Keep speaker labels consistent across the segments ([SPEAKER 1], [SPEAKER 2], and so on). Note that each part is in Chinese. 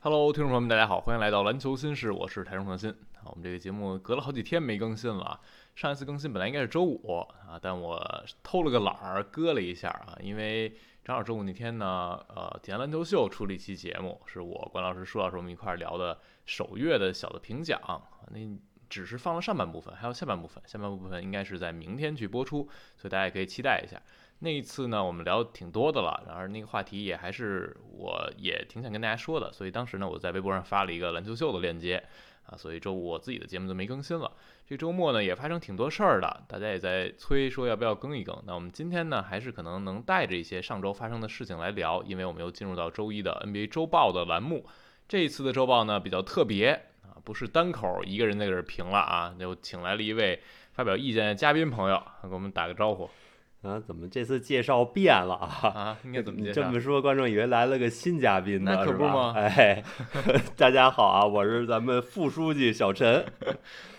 [SPEAKER 1] Hello，听众朋友们，大家好，欢迎来到篮球新事，我是台中创新。啊，我们这个节目隔了好几天没更新了啊，上一次更新本来应该是周五啊，但我偷了个懒儿，搁了一下啊，因为正好周五那天呢，呃，体坛篮球秀出了一期节目，是我关老师、舒老师我们一块儿聊的首月的小的评奖啊，那只是放了上半部分，还有下半部分，下半部分应该是在明天去播出，所以大家也可以期待一下。那一次呢，我们聊得挺多的了，然后那个话题也还是我也挺想跟大家说的，所以当时呢，我在微博上发了一个篮球秀的链接啊，所以周五我自己的节目就没更新了。这周末呢也发生挺多事儿的，大家也在催说要不要更一更。那我们今天呢，还是可能能带着一些上周发生的事情来聊，因为我们又进入到周一的 NBA 周报的栏目。这一次的周报呢比较特别啊，不是单口一个人在这儿评了啊，就请来了一位发表意见的嘉宾朋友，给我们打个招呼
[SPEAKER 2] 啊，怎么这次介绍变了啊？
[SPEAKER 1] 啊， 应该怎么介
[SPEAKER 2] 你
[SPEAKER 1] 绍
[SPEAKER 2] 这？么说，观众以为来了个新嘉宾呢，
[SPEAKER 1] 那可
[SPEAKER 2] 是
[SPEAKER 1] 不嘛
[SPEAKER 2] 吧哎， 大家好啊，我是咱们副书记小陈，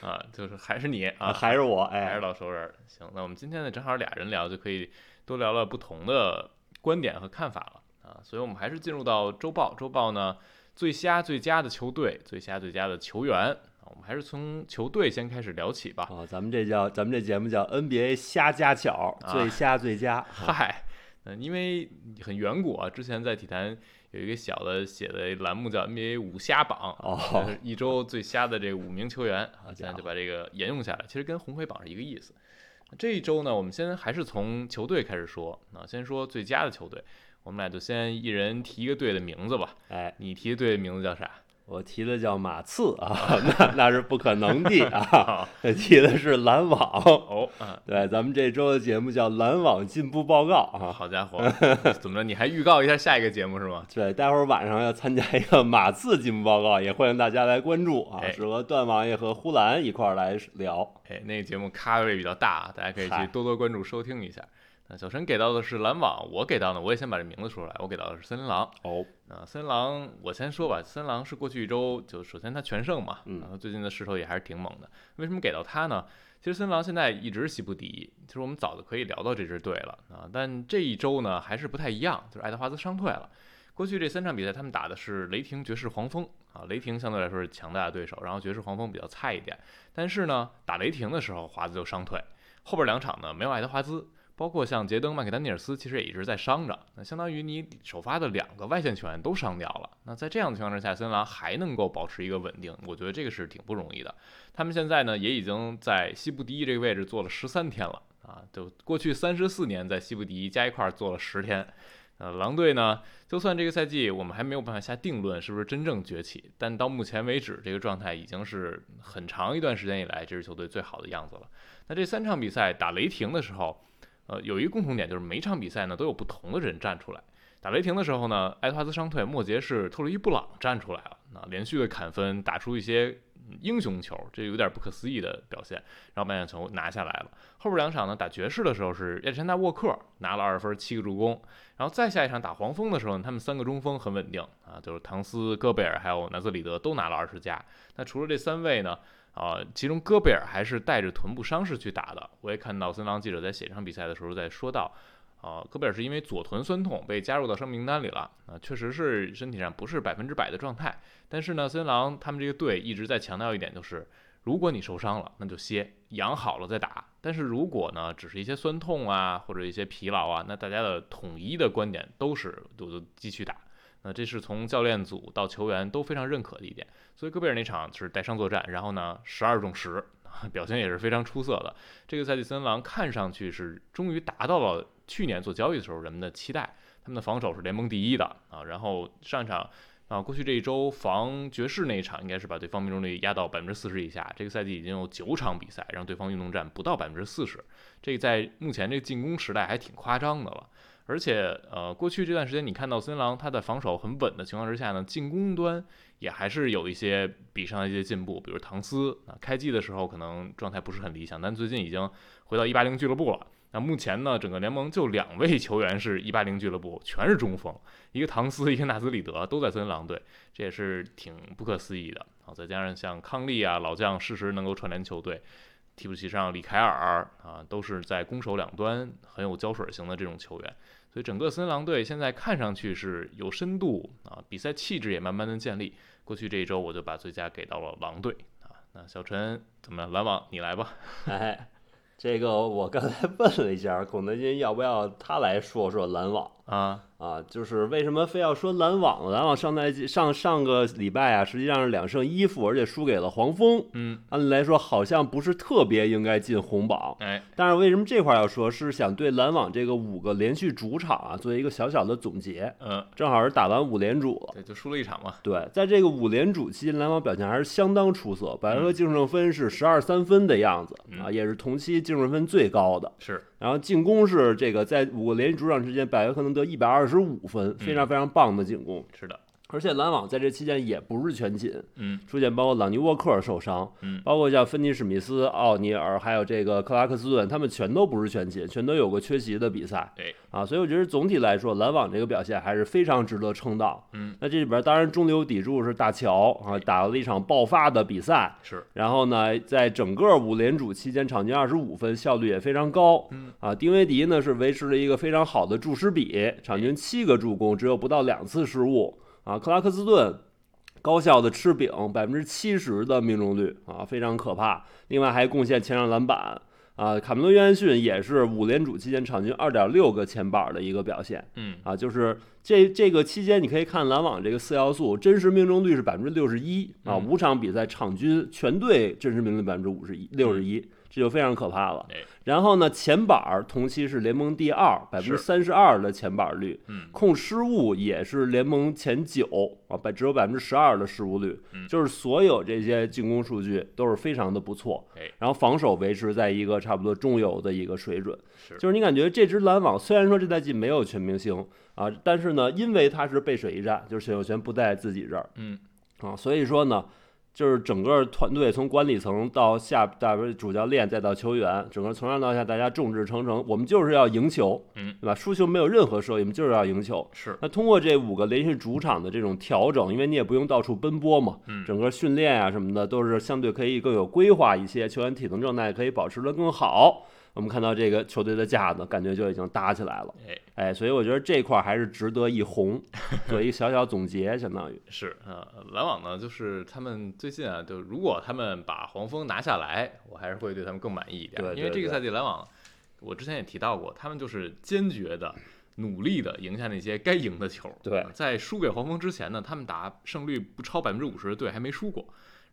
[SPEAKER 1] 啊，就是还是你啊，
[SPEAKER 2] 还是我，
[SPEAKER 1] 还
[SPEAKER 2] 哎
[SPEAKER 1] 是，老熟人儿。行，那我们今天呢，正好俩人聊，就可以多聊聊不同的观点和看法了啊。所以我们还是进入到周报，周报呢最瞎最佳的球队，最瞎最佳的球员啊，我们还是从球队先开始聊起吧。
[SPEAKER 2] 哦，咱们这叫咱们这节目叫 NBA 瞎加巧，
[SPEAKER 1] 啊
[SPEAKER 2] 最瞎最佳，
[SPEAKER 1] 嗨，嗯，因为很远古啊，之前在体坛有一个小的写的栏目叫 NBA 五瞎榜，
[SPEAKER 2] 哦
[SPEAKER 1] 就是一周最瞎的这五名球员啊
[SPEAKER 2] 好，
[SPEAKER 1] 现
[SPEAKER 2] 家
[SPEAKER 1] 在
[SPEAKER 2] 伙
[SPEAKER 1] 就把这个沿用下来，其实跟红黑榜是一个意思。这一周呢，我们先还是从球队开始说啊，先说最佳的球队，我们俩就先一人提一个队的名字吧。
[SPEAKER 2] 哎，
[SPEAKER 1] 你提的队的名字叫啥？
[SPEAKER 2] 我提的叫马刺啊， 那那是不可能的 啊，提的是篮网，
[SPEAKER 1] 哦，啊，
[SPEAKER 2] 对，咱们这周的节目叫篮网进步报告啊，
[SPEAKER 1] 好家伙， 怎么着？你还预告一下下一个节目是吗？
[SPEAKER 2] 对，待会儿晚上要参加一个马刺进步报告，也欢迎大家来关注啊
[SPEAKER 1] 哎，
[SPEAKER 2] 是和段王爷和呼兰一块儿来聊。
[SPEAKER 1] 哎，那个节目咖位比较大，大家可以去
[SPEAKER 2] 嗨
[SPEAKER 1] 多多关注收听一下。那小陈给到的是篮网，我给到呢，我也先把这名字说出来，我给到的是森林狼。
[SPEAKER 2] 哦，
[SPEAKER 1] 啊，森林狼，我先说吧，森林狼是过去一周就首先他全胜嘛，
[SPEAKER 2] 嗯
[SPEAKER 1] 然后最近的势头也还是挺猛的。为什么给到他呢？其实森林狼现在一直是西部第一，其实我们早就可以聊到这支队了啊，但这一周呢还是不太一样，就是爱德华兹伤退了。过去这三场比赛，他们打的是雷霆、爵士、黄蜂啊，雷霆相对来说是强大的对手，然后爵士、黄蜂比较菜一点。但是呢，打雷霆的时候，华兹就伤退，后边两场呢没有爱德华兹，包括像杰登、麦克丹尼尔斯，其实也一直在伤着。那相当于你首发的两个外线球员都伤掉了。那在这样的情况之下，森林狼还能够保持一个稳定，我觉得这个是挺不容易的。他们现在呢，也已经在西部第一这个位置坐了十三天了啊，就过去三十四年在西部第一加一块儿坐了十天。呃，狼队呢，就算这个赛季我们还没有办法下定论是不是真正崛起，但到目前为止，这个状态已经是很长一段时间以来这支球队最好的样子了。那这三场比赛打雷霆的时候，呃，有一个共同点就是每场比赛呢都有不同的人站出来。打雷霆的时候呢，埃托华兹伤退，莫杰是特洛伊布朗站出来了，那连续的砍分，打出一些嗯英雄球，这有点不可思议的表现，然后半场球拿下来了。后边两场呢，打爵士的时候是亚历山大沃克拿了二分，七个助攻，然后再下一场打黄蜂的时候呢，他们三个中锋很稳定啊，就是唐斯、戈贝尔还有南斯里德都拿了二十加。那除了这三位呢，啊，其中戈贝尔还是带着臀部伤势去打的。我也看到森林狼记者在写这场比赛的时候在说到，啊，戈贝尔是因为左臀酸痛被加入到伤病名单里了啊，确实是身体上不是百分之百的状态。但是呢，森林狼他们这个队一直在强调一点，就是如果你受伤了，那就歇，养好了再打。但是如果呢，只是一些酸痛啊，或者一些疲劳啊，那大家的统一的观点都是我就继续打。那这是从教练组到球员都非常认可的一点。所以戈贝尔那场是带伤作战，然后呢，十二中十， 表现也是非常出色的。这个赛季森林狼看上去是终于达到了去年做交易的时候人们的期待，他们的防守是联盟第一的啊。然后上一场啊，过去这一周防爵士那一场应该是把对方命中率压到百分之四十以下，这个赛季已经有九场比赛让对方运动战不到百分之四十，这个在目前这个进攻时代还挺夸张的了。而且，呃，过去这段时间你看到森林狼他在防守很稳的情况之下呢，进攻端也还是有一些比上一届进步，比如唐斯啊，开季的时候可能状态不是很理想，但最近已经回到一八零俱乐部了。那目前呢，整个联盟就两位球员是一八零俱乐部，全是中锋，一个唐斯，一个纳兹里德，都在森林狼队，这也是挺不可思议的啊。再加上像康利啊老将适时能够串联球队，替补席上里凯尔啊，都是在攻守两端很有胶水型的这种球员，所所以整个森狼队现在看上去是有深度啊，比赛气质也慢慢的建立。过去这一周我就把最佳给到了狼队啊。那小陈怎么样？篮网你来吧。
[SPEAKER 2] 哎，这个我刚才问了一下孔德金，要不要他来说说篮网
[SPEAKER 1] 啊
[SPEAKER 2] 啊？就是为什么非要说篮网？篮网上赛季上上个礼拜啊，实际上是两胜一负，而且输给了黄蜂。
[SPEAKER 1] 嗯，
[SPEAKER 2] 按理来说好像不是特别应该进红榜，
[SPEAKER 1] 哎，
[SPEAKER 2] 但是为什么这块儿要说？是想对篮网这个五个连续主场啊，做一个小小的总结。
[SPEAKER 1] 呃，
[SPEAKER 2] 正好是打完五连主了。
[SPEAKER 1] 对，就输了一场嘛。
[SPEAKER 2] 对，在这个五连主期，篮网表现还是相当出色，百回合净胜分是十二三分的样子啊，
[SPEAKER 1] 嗯
[SPEAKER 2] 也是同期净胜分最高的。
[SPEAKER 1] 是，
[SPEAKER 2] 然后进攻是这个在五个连续主场之间，百回合能得一百二十五分，非
[SPEAKER 1] 嗯
[SPEAKER 2] 常非常棒的进攻。
[SPEAKER 1] 是的，
[SPEAKER 2] 而且篮网在这期间也不是全勤，
[SPEAKER 1] 嗯
[SPEAKER 2] 出现包括朗尼沃克受伤，
[SPEAKER 1] 嗯
[SPEAKER 2] 包括像芬尼史密斯、奥尼尔，还有这个克拉克斯顿，他们全都不是全勤，全都有过缺席的比赛。
[SPEAKER 1] 对
[SPEAKER 2] 啊，所以我觉得总体来说，篮网这个表现还是非常值得称道。
[SPEAKER 1] 嗯，
[SPEAKER 2] 那这里边当然中流砥柱是大乔啊，打了一场爆发的比赛。
[SPEAKER 1] 是，
[SPEAKER 2] 然后呢，在整个五连主期间，场均二十五分，效率也非常高。
[SPEAKER 1] 嗯
[SPEAKER 2] 啊，丁威迪呢是维持了一个非常好的注失比，场均七个助攻，只有不到两次失误。啊，克拉克斯顿高效的吃饼，百分之七十的命中率啊，非常可怕。另外还贡献前场篮板啊，卡梅伦约翰逊也是五连主期间场均二点六个前板的一个表现
[SPEAKER 1] 嗯
[SPEAKER 2] 啊，就是这这个期间你可以看篮网这个四要素，真实命中率是百分之六十一啊，
[SPEAKER 1] 嗯
[SPEAKER 2] 五场比赛场均全队真实命中率百分之五十一六十一。这就非常可怕了
[SPEAKER 1] 嗯哎。
[SPEAKER 2] 然后呢，前板儿同期是联盟第二，百分之三十二的前板率，
[SPEAKER 1] 嗯
[SPEAKER 2] 控失误也是联盟前九啊，百只有百分之十二的失误率，
[SPEAKER 1] 嗯
[SPEAKER 2] 就是所有这些进攻数据都是非常的不错
[SPEAKER 1] 哎。
[SPEAKER 2] 然后防守维持在一个差不多中游的一个水准，
[SPEAKER 1] 是，
[SPEAKER 2] 就是你感觉这支篮网虽然说这赛季没有全明星啊，但是呢，因为它是背水一战，就是选秀权不在自己这儿
[SPEAKER 1] 嗯
[SPEAKER 2] 啊，所以说呢。就是整个团队从管理层到下大主教练再到球员，整个从上到下，大家众志成城，我们就是要赢球，
[SPEAKER 1] 嗯
[SPEAKER 2] 对吧？输球没有任何收益，我们就是要赢球。
[SPEAKER 1] 是，
[SPEAKER 2] 那通过这五个连续主场的这种调整，因为你也不用到处奔波嘛，
[SPEAKER 1] 嗯
[SPEAKER 2] 整个训练啊什么的都是相对可以更有规划一些，球员体能状态可以保持得更好。我们看到这个球队的架子，感觉就已经搭起来了，
[SPEAKER 1] 哎。
[SPEAKER 2] 哎，所以我觉得这块儿还是值得 一红，做一个小小总结，相当于
[SPEAKER 1] 是啊、呃篮网呢，就是他们最近啊，就如果他们把黄蜂拿下来，我还是会对他们更满意一点，
[SPEAKER 2] 对
[SPEAKER 1] 因为
[SPEAKER 2] 对
[SPEAKER 1] 这个
[SPEAKER 2] 对
[SPEAKER 1] 赛季篮网，我之前也提到过，他们就是坚决的。努力的赢下那些该赢的球。
[SPEAKER 2] 对
[SPEAKER 1] 呃在输给黄蜂之前呢，他们打胜率不超百分之五十的队还没输过。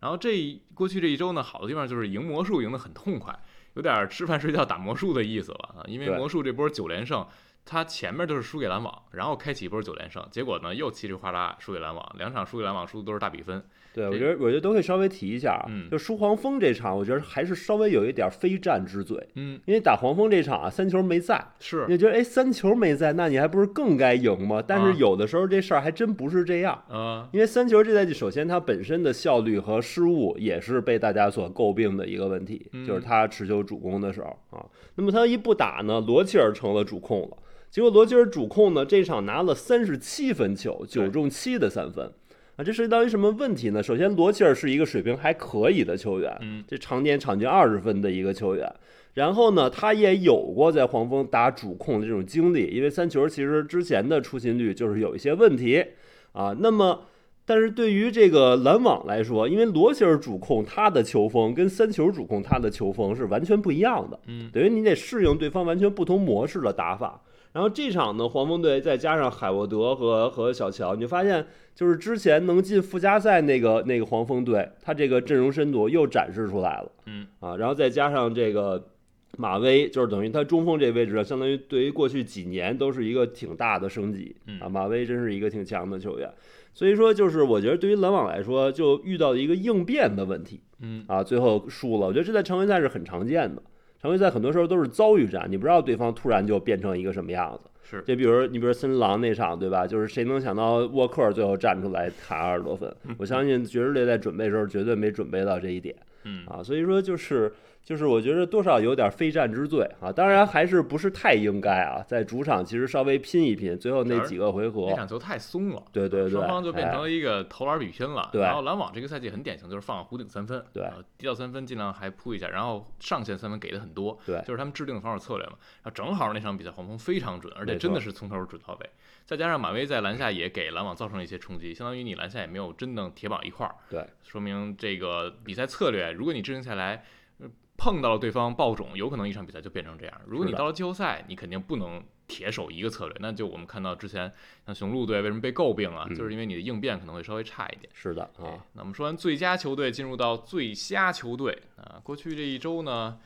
[SPEAKER 1] 然后这一过去这一周呢，好的地方就是赢魔术赢得很痛快，有点吃饭睡觉打魔术的意思了啊。因为
[SPEAKER 2] 对
[SPEAKER 1] 魔术这波九连胜，他前面都是输给篮网，然后开启一波九连胜，结果呢又稀里哗啦输给篮网，两场输给篮网输的都是大比分。
[SPEAKER 2] 对我
[SPEAKER 1] 这
[SPEAKER 2] 觉得我觉得都可以稍微提一下啊，
[SPEAKER 1] 嗯
[SPEAKER 2] 就输黄蜂这场，我觉得还是稍微有一点非战之罪，
[SPEAKER 1] 嗯，
[SPEAKER 2] 因为打黄蜂这场啊，三球没在，
[SPEAKER 1] 是
[SPEAKER 2] 你就觉得哎，三球没在，那你还不是更该赢吗？但
[SPEAKER 1] 啊
[SPEAKER 2] 是有的时候这事儿还真不是这样，
[SPEAKER 1] 啊，
[SPEAKER 2] 因为三球这赛季首先它本身的效率和失误也是被大家所诟病的一个问题，
[SPEAKER 1] 嗯
[SPEAKER 2] 就是他持球主攻的时候啊，那么他一不打呢，罗齐尔成了主控了。结果罗齐尔主控呢，这场拿了三十七分球，
[SPEAKER 1] 对
[SPEAKER 2] 九中七的三分。啊，这涉及到一什么问题呢？首先，罗齐尔是一个水平还可以的球员，
[SPEAKER 1] 嗯，
[SPEAKER 2] 这常年场均二十分的一个球员。然后呢，他也有过在黄蜂打主控的这种经历，因为三球其实之前的出勤率就是有一些问题啊。那么，但是对于这个篮网来说，因为罗齐尔主控他的球风跟三球主控他的球风是完全不一样的，
[SPEAKER 1] 嗯，
[SPEAKER 2] 等于你得适应对方完全不同模式的打法。然后这场呢，黄蜂队再加上海沃德和和小乔，你就发现就是之前能进附加赛那个那个黄蜂队，他这个阵容深度又展示出来了。
[SPEAKER 1] 嗯
[SPEAKER 2] 啊，然后再加上这个马威，就是等于他中锋这位置，啊相当于对于过去几年都是一个挺大的升级
[SPEAKER 1] 嗯
[SPEAKER 2] 啊。马威真是一个挺强的球员，所以说就是我觉得对于篮网来说，就遇到了一个应变的问题。
[SPEAKER 1] 嗯，
[SPEAKER 2] 啊，最后输了。我觉得这在常规赛是很常见的，常规赛很多时候都是遭遇战，你不知道对方突然就变成一个什么样子。
[SPEAKER 1] 是，
[SPEAKER 2] 就比如你比如森林狼那场对吧？就是谁能想到沃
[SPEAKER 1] 嗯
[SPEAKER 2] 克最后站出来砍二十多分？我相信爵士队在准备的时候绝对没准备到这一点
[SPEAKER 1] 嗯
[SPEAKER 2] 啊，所以说就是就是我觉得多少有点非战之罪啊，当然还是不是太应该啊，在主场其实稍微拼一拼，最后那几个回合
[SPEAKER 1] 那，场球太松了，
[SPEAKER 2] 对对对，
[SPEAKER 1] 双方就变成
[SPEAKER 2] 哎
[SPEAKER 1] 了一个投篮比拼了。
[SPEAKER 2] 对
[SPEAKER 1] 然后篮网这个赛季很典型，就是放弧顶三分，
[SPEAKER 2] 对
[SPEAKER 1] 呃，低到三分尽量还扑一下，然后上限三分给的很多，
[SPEAKER 2] 对
[SPEAKER 1] 就是他们制定的防守策略嘛。然后正好那场比赛黄蜂非常准，而且
[SPEAKER 2] 没错
[SPEAKER 1] 真的是从头准到尾，再加上马威在篮下也给篮网造成了一些冲击，相当于你篮下也没有真能铁绑一块儿，
[SPEAKER 2] 对，
[SPEAKER 1] 说明这个比赛策略，如果你制定下来。呃碰到了对方爆种，有可能一场比赛就变成这样。如果你
[SPEAKER 2] 是的
[SPEAKER 1] 到了季后赛，你肯定不能铁守一个策略，那就我们看到之前像雄鹿队为什么被诟病啊？
[SPEAKER 2] 嗯
[SPEAKER 1] 就是因为你的应变可能会稍微差一点。
[SPEAKER 2] 是的
[SPEAKER 1] 哎
[SPEAKER 2] 啊，，
[SPEAKER 1] 那我们说完最佳球队，进入到最瞎球队啊。过去这一周呢，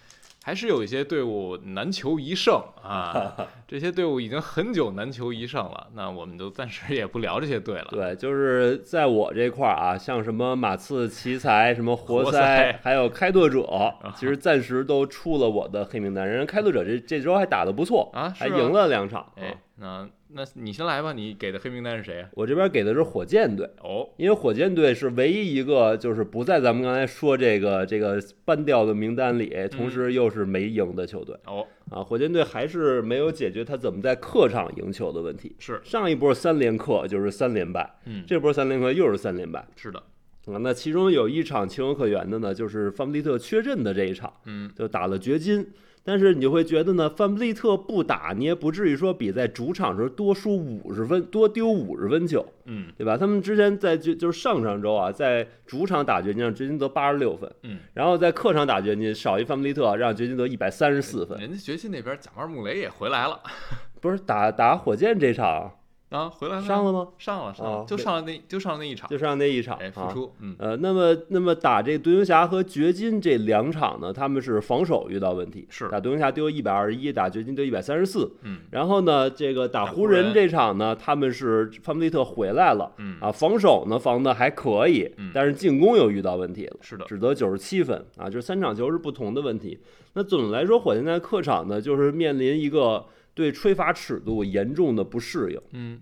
[SPEAKER 1] 还是有一些队伍难求一胜 啊，这些队伍已经很久难求一胜了。那我们就暂时也不聊这些队了。
[SPEAKER 2] 对，就是在我这块儿啊，像什么马刺、奇才、什么活
[SPEAKER 1] 活塞啊
[SPEAKER 2] 还有开拓者，其实暂时都出了我的黑名单。人家开拓者这这周还打得不错
[SPEAKER 1] 啊是
[SPEAKER 2] 还
[SPEAKER 1] 吗
[SPEAKER 2] 赢了两场。啊
[SPEAKER 1] 哎，那那你先来吧，你给的黑名单是谁呀、啊
[SPEAKER 2] 我这边给的是火箭队。
[SPEAKER 1] 哦，
[SPEAKER 2] 因为火箭队是唯一一个就是不在咱们刚才说这个这个半掉的名单里，
[SPEAKER 1] 嗯
[SPEAKER 2] 同时又是没赢的球队
[SPEAKER 1] 哦，
[SPEAKER 2] 啊。火箭队还是没有解决他怎么在客场赢球的问题。
[SPEAKER 1] 是，
[SPEAKER 2] 上一波三连客就是三连败，
[SPEAKER 1] 嗯，
[SPEAKER 2] 这波三连客又是三连败
[SPEAKER 1] 是的，
[SPEAKER 2] 啊。那其中有一场情有可原的呢，就是范布利特缺阵的这一场，
[SPEAKER 1] 嗯，
[SPEAKER 2] 就打了掘金。但是你就会觉得呢，范布利特不打，你也不至于说比在主场时候多输五十分，多丢五十分球。
[SPEAKER 1] 嗯，
[SPEAKER 2] 对吧？他们之前在就就是上上周啊，在主场打掘金，让掘金得八十六分，
[SPEAKER 1] 嗯，
[SPEAKER 2] 然后在客场打掘金，少一范布利特，让掘金得一百三十四分。
[SPEAKER 1] 人家学习那边贾马尔穆雷也回来了
[SPEAKER 2] 不是打打火箭这场
[SPEAKER 1] 啊，回来了呀，
[SPEAKER 2] 伤了吗？
[SPEAKER 1] 上了上了，
[SPEAKER 2] 哦
[SPEAKER 1] 就
[SPEAKER 2] 对
[SPEAKER 1] 上了那就上了那一场，
[SPEAKER 2] 就上那一场
[SPEAKER 1] 哎，付
[SPEAKER 2] 啊。
[SPEAKER 1] 出，嗯，
[SPEAKER 2] 呃，那么那么打这独行侠和掘金这两场呢，他们是防守遇到问题，
[SPEAKER 1] 是
[SPEAKER 2] 打独行侠丢一百二十一，打掘金丢一百三十四。
[SPEAKER 1] 嗯，
[SPEAKER 2] 然后呢，这个打
[SPEAKER 1] 打
[SPEAKER 2] 湖
[SPEAKER 1] 湖人
[SPEAKER 2] 人这场呢，他们是范布利特回来了，
[SPEAKER 1] 嗯
[SPEAKER 2] 啊，防守呢防的还可以
[SPEAKER 1] 嗯，
[SPEAKER 2] 但是进攻又遇到问题了。
[SPEAKER 1] 是的，
[SPEAKER 2] 只得九十七分啊，就是三场球是不同的问题。那总的来说，火箭在客场呢，就是面临一个对吹罚尺度严重的不适应
[SPEAKER 1] 嗯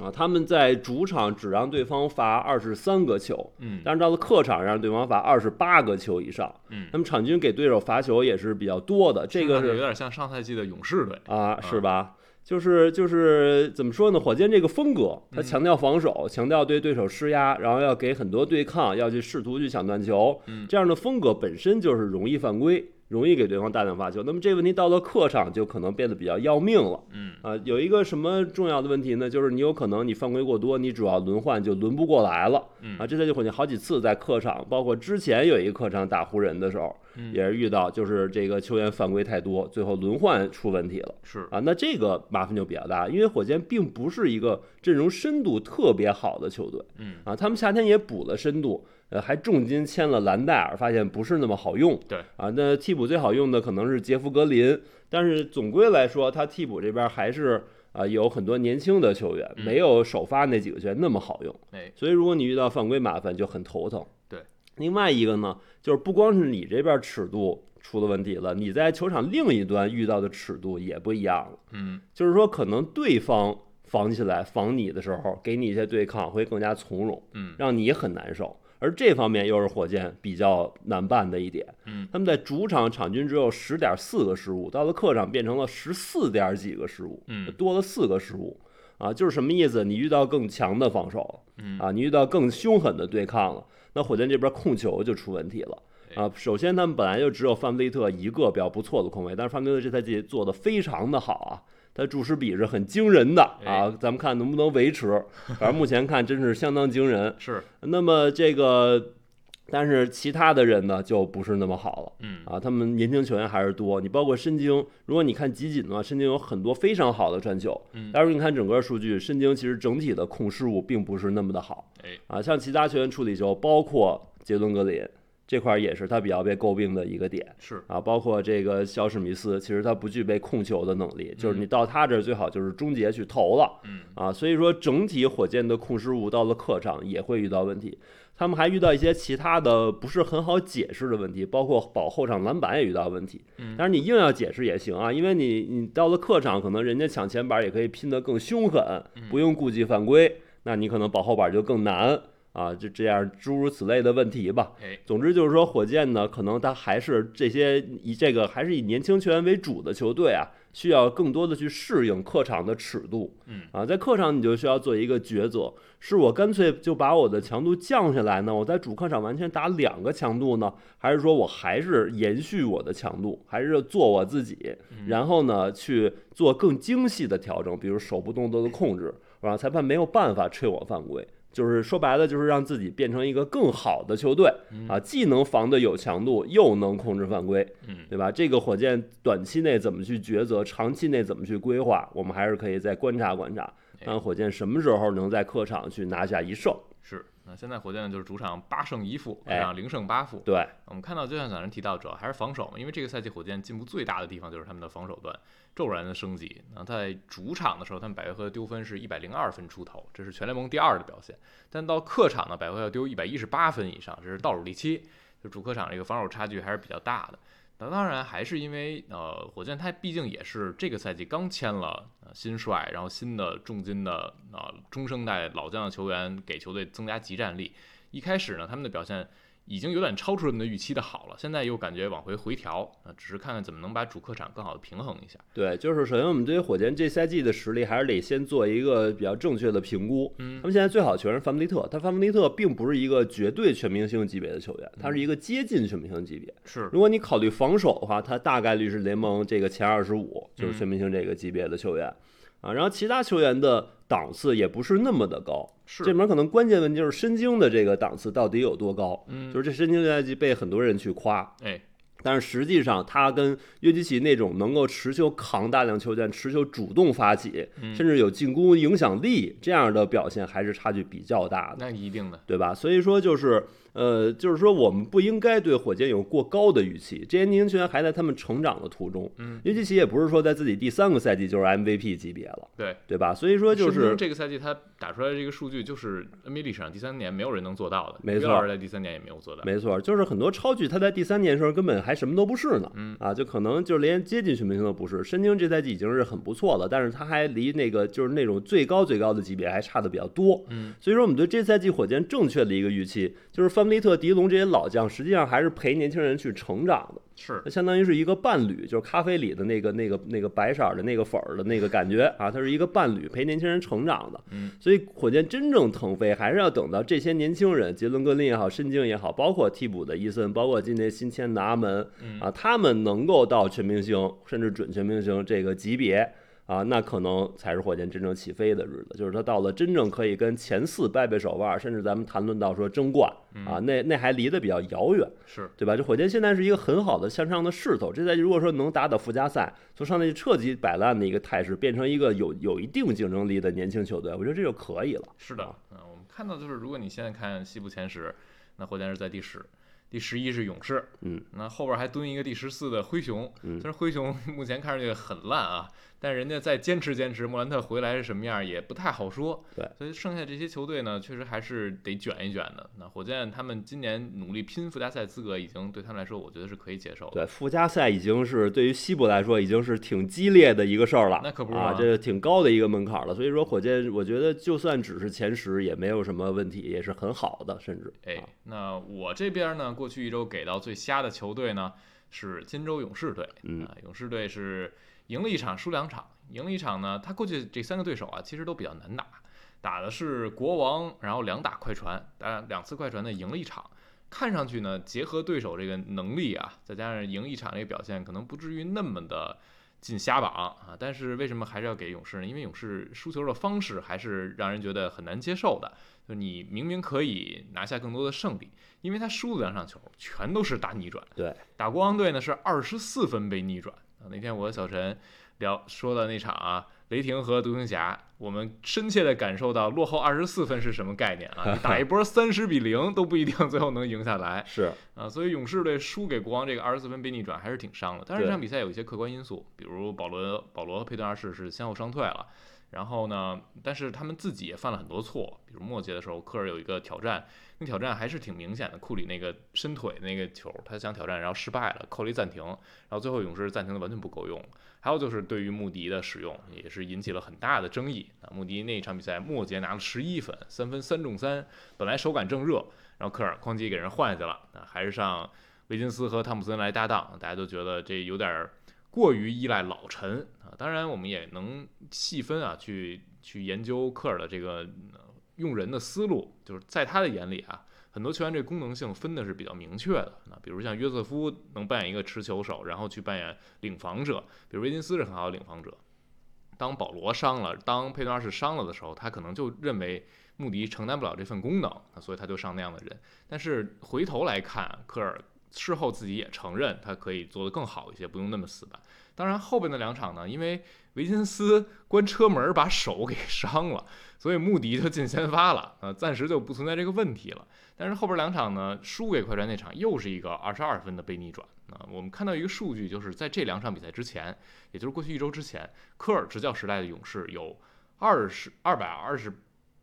[SPEAKER 2] 啊。他们在主场只让对方罚二十三个球，
[SPEAKER 1] 嗯
[SPEAKER 2] 但是到了客场让对方罚二十八个球以上，
[SPEAKER 1] 嗯，
[SPEAKER 2] 他们场均给对手罚球也是比较多的。这
[SPEAKER 1] 听
[SPEAKER 2] 个
[SPEAKER 1] 上去有
[SPEAKER 2] 是
[SPEAKER 1] 点像上赛季的勇士队，
[SPEAKER 2] 啊，是吧？就是就是怎么说呢？火箭这个风格，他强调防守，强调对对手施压，然后要给很多对抗，要去试图去抢断球
[SPEAKER 1] 嗯，
[SPEAKER 2] 这样的风格本身就是容易犯规，容易给对方大量发球。那么这个问题到了客场就可能变得比较要命了。
[SPEAKER 1] 嗯
[SPEAKER 2] 啊，有一个什么重要的问题呢？就是你有可能你犯规过多，你主要轮换就轮不过来了。
[SPEAKER 1] 嗯
[SPEAKER 2] 啊，这赛季火箭好几次在客场，包括之前有一个客场打湖人的时候，
[SPEAKER 1] 嗯
[SPEAKER 2] 也是遇到就是这个球员犯规太多，最后轮换出问题了。
[SPEAKER 1] 是，
[SPEAKER 2] 啊，那这个麻烦就比较大，因为火箭并不是一个阵容深度特别好的球队
[SPEAKER 1] 嗯
[SPEAKER 2] 啊，他们夏天也补了深度，呃，还重金签了兰戴尔，发现不是那么好用。
[SPEAKER 1] 对
[SPEAKER 2] 啊，那替补最好用的可能是杰夫格林，但是总归来说，他替补这边还是啊有很多年轻的球员，
[SPEAKER 1] 嗯
[SPEAKER 2] 没有首发那几个球员那么好用。
[SPEAKER 1] 哎
[SPEAKER 2] 所以如果你遇到犯规麻烦就很头疼。
[SPEAKER 1] 对，
[SPEAKER 2] 另外一个呢，就是不光是你这边尺度出了问题了，你在球场另一端遇到的尺度也不一样了。
[SPEAKER 1] 嗯
[SPEAKER 2] 就是说，可能对方防起来防你的时候，给你一些对抗会更加从容，
[SPEAKER 1] 嗯
[SPEAKER 2] 让你很难受。而这方面又是火箭比较难办的一点。
[SPEAKER 1] 嗯，
[SPEAKER 2] 他们在主场场均只有十点四个失误，到了客场变成了十四点几个失误，
[SPEAKER 1] 嗯
[SPEAKER 2] 多了四个失误啊，就是什么意思？你遇到更强的防守了。
[SPEAKER 1] 嗯
[SPEAKER 2] 啊，你遇到更凶狠的对抗了，那火箭这边控球就出问题了。啊，首先他们本来就只有范布利特一个比较不错的控卫，但是范布利特这赛季做的非常的好啊，他注视比是很惊人的啊
[SPEAKER 1] 哎，
[SPEAKER 2] 咱们看能不能维持，反正目前看真是相当惊人。
[SPEAKER 1] 是，
[SPEAKER 2] 那么这个，但是其他的人呢就不是那么好了。
[SPEAKER 1] 嗯
[SPEAKER 2] 啊，他们年轻球员还是多。你包括申京，如果你看集锦的话，申京有很多非常好的传球。
[SPEAKER 1] 嗯
[SPEAKER 2] 但是你看整个数据，申京其实整体的控失误并不是那么的好。
[SPEAKER 1] 哎
[SPEAKER 2] 啊，像其他球员处理球，包括杰伦格林这块儿也是他比较被诟病的一个点。
[SPEAKER 1] 是，
[SPEAKER 2] 啊，包括这个肖史密斯，其实他不具备控球的能力，就
[SPEAKER 1] 嗯
[SPEAKER 2] 是你到他这儿最好就是终结去投了，
[SPEAKER 1] 嗯
[SPEAKER 2] 啊，所以说整体火箭的控失误到了客场也会遇到问题，他们还遇到一些其他的不是很好解释的问题，包括保后场篮板也遇到问题。
[SPEAKER 1] 嗯
[SPEAKER 2] 但是你硬要解释也行啊，因为你你到了客场，可能人家抢
[SPEAKER 1] 嗯
[SPEAKER 2] 前板也可以拼得更凶狠，不用顾忌犯规，那你可能保后板就更难。啊，就这样诸如此类的问题吧。
[SPEAKER 1] 哎，
[SPEAKER 2] 总之就是说，火箭呢，可能它还是这些以这个还是以年轻球员为主的球队啊，需要更多的去适应客场的尺度。
[SPEAKER 1] 嗯
[SPEAKER 2] 啊，在客场你就需要做一个抉择：是我干脆就把我的强度降下来呢？我在主客场完全打两个强度呢，还是说我还是延续我的强度，还是做我自己？然后呢，去做更精细的调整，比如手部动作的控制，然后裁判没有办法吹我犯规。就是说白了，就是让自己变成一个更好的球队啊，既能防得有强度，又能控制犯规，
[SPEAKER 1] 嗯
[SPEAKER 2] 对吧？这个火箭短期内怎么去抉择，长期内怎么去规划，我们还是可以再观察观察，
[SPEAKER 1] 哎
[SPEAKER 2] 看火箭什么时候能在客场去拿下一胜。
[SPEAKER 1] 是。那现在火箭呢，就是主场八胜一负，客
[SPEAKER 2] 哎
[SPEAKER 1] 场零胜八负。
[SPEAKER 2] 对，
[SPEAKER 1] 我们看到，就像小人提到，主要还是防守嘛，因为这个赛季火箭进步最大的地方就是他们的防守端骤然的升级。那在主场的时候，他们百回合的丢分是一百零二分出头，这是全联盟第二的表现。但到客场呢，百回合要丢一百一十八分以上，这是倒数第七，就主客场这个防守差距还是比较大的。那当然还是因为呃，火箭他毕竟也是这个赛季刚签了、呃、新帅，然后新的重金的啊、呃中生代老将的球员，给球队增加集战力。一开始呢，他们的表现已经有点超出人们的预期的好了，现在又感觉往回回调啊，只是看看怎么能把主客场更好的平衡一下。
[SPEAKER 2] 对，就是首先我们对于火箭这赛季的实力，还是得先做一个比较正确的评估。
[SPEAKER 1] 嗯
[SPEAKER 2] 他们现在最好的球员是范弗利特，但范弗利特并不是一个绝对全明星级别的球员，他是一个接近全明星级别。
[SPEAKER 1] 是，
[SPEAKER 2] 如果你考虑防守的话，他大概率是联盟这个前二十五，就是全明星这个级别的球员、啊。然后其他球员的档次也不是那么的高，
[SPEAKER 1] 是
[SPEAKER 2] 这里面可能关键问题就是申京的这个档次到底有多高？
[SPEAKER 1] 嗯
[SPEAKER 2] 就是这申京这赛季被很多人去夸，
[SPEAKER 1] 哎，
[SPEAKER 2] 但是实际上，他跟约基奇那种能够持球扛大量球权、持球主动发起，
[SPEAKER 1] 嗯
[SPEAKER 2] 甚至有进攻影响力这样的表现，还是差距比较大的，
[SPEAKER 1] 那一定的，
[SPEAKER 2] 对吧？所以说，就是呃，就是说，我们不应该对火箭有过高的预期。这些年轻球员还在他们成长的途中，
[SPEAKER 1] 嗯，
[SPEAKER 2] 约基奇也不是说在自己第三个赛季就是 MVP 级别了，
[SPEAKER 1] 对。
[SPEAKER 2] 对吧？所以说，就
[SPEAKER 1] 申京
[SPEAKER 2] 是
[SPEAKER 1] 这个赛季他打出来的这个数据，就是 NBA 历史上第三年没有人能做到的，
[SPEAKER 2] 没错
[SPEAKER 1] 约老师在第三年也没有做到。
[SPEAKER 2] 没错，就是很多超巨，他在第三年的时候根本还什么都不是呢，
[SPEAKER 1] 嗯
[SPEAKER 2] 啊，就可能就连接近全明星都不是。申京这赛季已经是很不错了，但是他还离那个就是那种最高最高的级别还差的比较多。
[SPEAKER 1] 嗯，
[SPEAKER 2] 所以说我们对这赛季火箭正确的一个预期，就是范弗利特、迪龙这些老将实际上还是陪年轻人去成长的，
[SPEAKER 1] 是
[SPEAKER 2] 那相当于是一个伴侣，就是咖啡里的那个那个那个白色儿的那个粉儿的那个感觉啊，它是一个伴侣陪年轻人成长的。
[SPEAKER 1] 嗯，
[SPEAKER 2] 所以火箭真正腾飞还是要等到这些年轻人，杰伦格林也好，申京也好，包括替补的伊森，包括今年新签的阿门
[SPEAKER 1] 嗯
[SPEAKER 2] 啊，他们能够到全明星甚至准全明星这个级别。啊，那可能才是火箭真正起飞的日子，就是他到了真正可以跟前四掰掰手腕，甚至咱们谈论到说争冠
[SPEAKER 1] 嗯
[SPEAKER 2] 啊，那那还离得比较遥远。
[SPEAKER 1] 是，
[SPEAKER 2] 对吧？这火箭现在是一个很好的向上的势头，这赛季如果说能打打附加赛，从上赛季彻底摆烂的一个态势，变成一个有有一定竞争力的年轻球队，我觉得这就可以了。
[SPEAKER 1] 是的，嗯，我们看到就是，如果你现在看西部前十，那火箭是在第十，第十一是勇士，
[SPEAKER 2] 嗯，
[SPEAKER 1] 那后边还蹲一个第十四的灰熊，
[SPEAKER 2] 嗯
[SPEAKER 1] 虽然灰熊 目前看上去很烂啊，但人家再坚持坚持，莫兰特回来是什么样也不太好说，
[SPEAKER 2] 对，
[SPEAKER 1] 所以剩下这些球队呢，确实还是得卷一卷的。那火箭他们今年努力拼附加赛资格，已经对他们来说，我觉得是可以接受的。
[SPEAKER 2] 对，附加赛已经是对于西部来说已经是挺激烈的一个事儿了，
[SPEAKER 1] 那可不是
[SPEAKER 2] 啊
[SPEAKER 1] 嘛，
[SPEAKER 2] 这是挺高的一个门槛了。所以说，火箭我觉得就算只是前十也没有什么问题，也是很好的，甚至
[SPEAKER 1] 哎
[SPEAKER 2] 啊，
[SPEAKER 1] 那我这边呢，过去一周给到最瞎的球队呢是金州勇士队。
[SPEAKER 2] 嗯
[SPEAKER 1] 啊，勇士队是赢了一场，输两场。赢了一场呢，他过去这三个对手啊，其实都比较难打，打的是国王，然后两打快船，打两次快船呢赢了一场。看上去呢，结合对手这个能力啊，再加上赢一场这个表现，可能不至于那么的进瞎榜啊。但是为什么还是要给勇士呢？因为勇士输球的方式还是让人觉得很难接受的。就你明明可以拿下更多的胜利，因为他输了两场球，全都是打逆转。
[SPEAKER 2] 对，
[SPEAKER 1] 打国王队呢是二十四分被逆转啊。那天我和小陈聊说的那场啊，雷霆和独行侠，我们深切的感受到落后二十四分是什么概念啊！你打一波三十比零都不一定最后能赢下来
[SPEAKER 2] 是
[SPEAKER 1] 啊。所以勇士队输给国王这个二十四分被逆转还是挺伤的。但是
[SPEAKER 2] 对
[SPEAKER 1] 这场比赛有一些客观因素，比如保罗保罗和佩顿二世是先后伤退了。然后呢，但是他们自己也犯了很多错，比如末节的时候，科尔有一个挑战，那挑战还是挺明显的，库里那个伸腿那个球，他想挑战，然后失败了，扣了一暂停，然后最后勇士暂停的完全不够用。还有就是对于穆迪的使用，也是引起了很大的争议。啊，穆迪那一场比赛末节拿了十一分，三分三中三，本来手感正热，然后科尔哐叽给人换下去了，啊，还是上维金斯和汤普森来搭档，大家都觉得这有点儿过于依赖老臣啊。当然，我们也能细分啊，去去研究科尔的这个呃用人的思路，就是在他的眼里啊，很多球员这功能性分的是比较明确的。那比如像约瑟夫能扮演一个持球手，然后去扮演领防者，比如维金斯是很好的领防者。当保罗伤了，当佩顿二世伤了的时候，他可能就认为穆迪承担不了这份功能，啊所以他就上那样的人。但是回头来看，科尔事后自己也承认他可以做得更好一些，不用那么死板。当然后边的两场呢，因为维金斯关车门把手给伤了，所以穆迪就进先发了，呃，暂时就不存在这个问题了。但是后边两场呢，输给快船那场又是一个二十二分的被逆转啊、我们看到一个数据，就是在这两场比赛之前，也就是过去一周之前，科尔执教时代的勇士有二十二百二十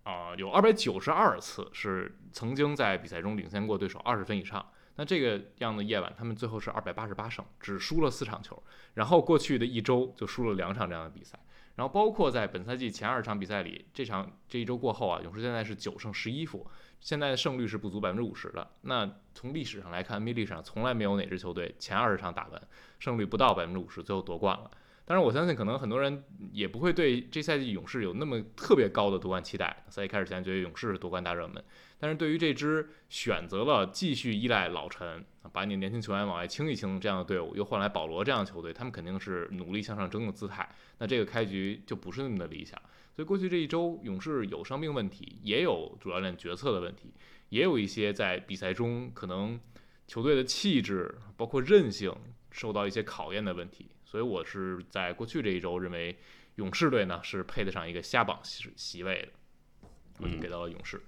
[SPEAKER 1] 啊，有二百九十二次是曾经在比赛中领先过对手二十分以上。那这个样的夜晚，他们最后是二百八十八胜，只输了四场球，然后过去的一周就输了两场这样的比赛。然后包括在本赛季前二场比赛里，这场这一周过后啊，勇士现在是九胜十一负，现在的胜率是不足百分之五十的。那从历史上来看，NBA 历史上从来没有哪支球队前二十场打完胜率不到百分之五十，最后夺冠了。当然，我相信可能很多人也不会对这赛季勇士有那么特别高的夺冠期待。赛季开始前觉得勇士是夺冠大热门，但是对于这支选择了继续依赖老臣，啊把你年轻球员往外清一清这样的队伍，又换来保罗这样的球队，他们肯定是努力向上争的姿态。那这个开局就不是那么的理想。所以过去这一周，勇士有伤病问题，也有主教练决策的问题，也有一些在比赛中可能球队的气质，包括韧性受到一些考验的问题。所以我是在过去这一周认为勇士队呢是配得上一个下榜席席位的，我就给到了勇士。